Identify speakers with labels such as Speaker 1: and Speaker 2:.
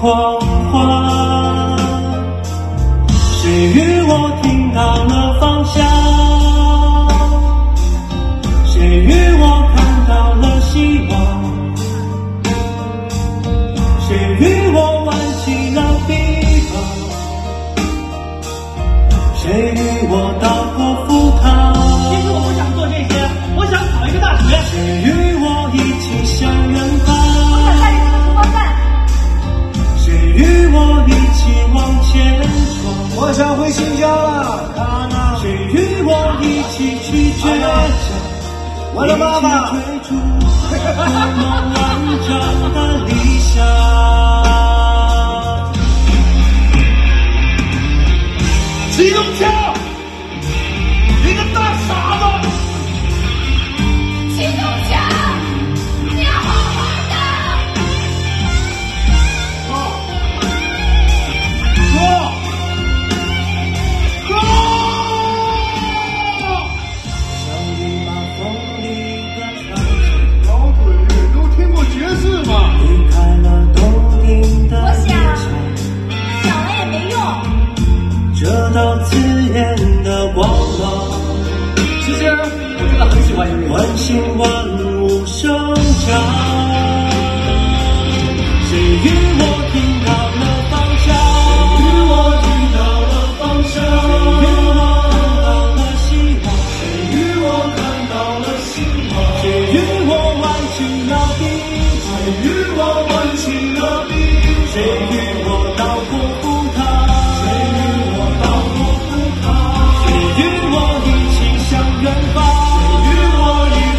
Speaker 1: 狂欢，谁与我听到了方向？谁与我看到了希望？谁与我挽起了臂膀？谁与我到过赴汤？
Speaker 2: 其实我不想做这些，我想考一个大学。
Speaker 1: 谁与我一起向远
Speaker 3: 我想
Speaker 1: 方？
Speaker 3: 带着
Speaker 1: 谁
Speaker 3: 你们去光干，
Speaker 1: 与我一起往前闯？
Speaker 4: 我想回新疆了，他呢？
Speaker 1: 谁与我一起去倔强？
Speaker 4: 我的妈妈
Speaker 1: 一起追逐我们顽强的理想。
Speaker 5: 启动枪，你个大傻子！
Speaker 3: 启动枪，你要好好的。
Speaker 5: 说，说。
Speaker 1: 像一把锋利的长枪，
Speaker 5: 老鬼都听过爵士吗？
Speaker 1: 离开了冬阴的
Speaker 3: 我
Speaker 1: 立
Speaker 3: 想
Speaker 1: 场。
Speaker 3: 想了也没用，
Speaker 1: 这道刺眼的光芒，
Speaker 2: 其实我真的很喜欢音乐。
Speaker 1: 唤醒万物生长。谁与我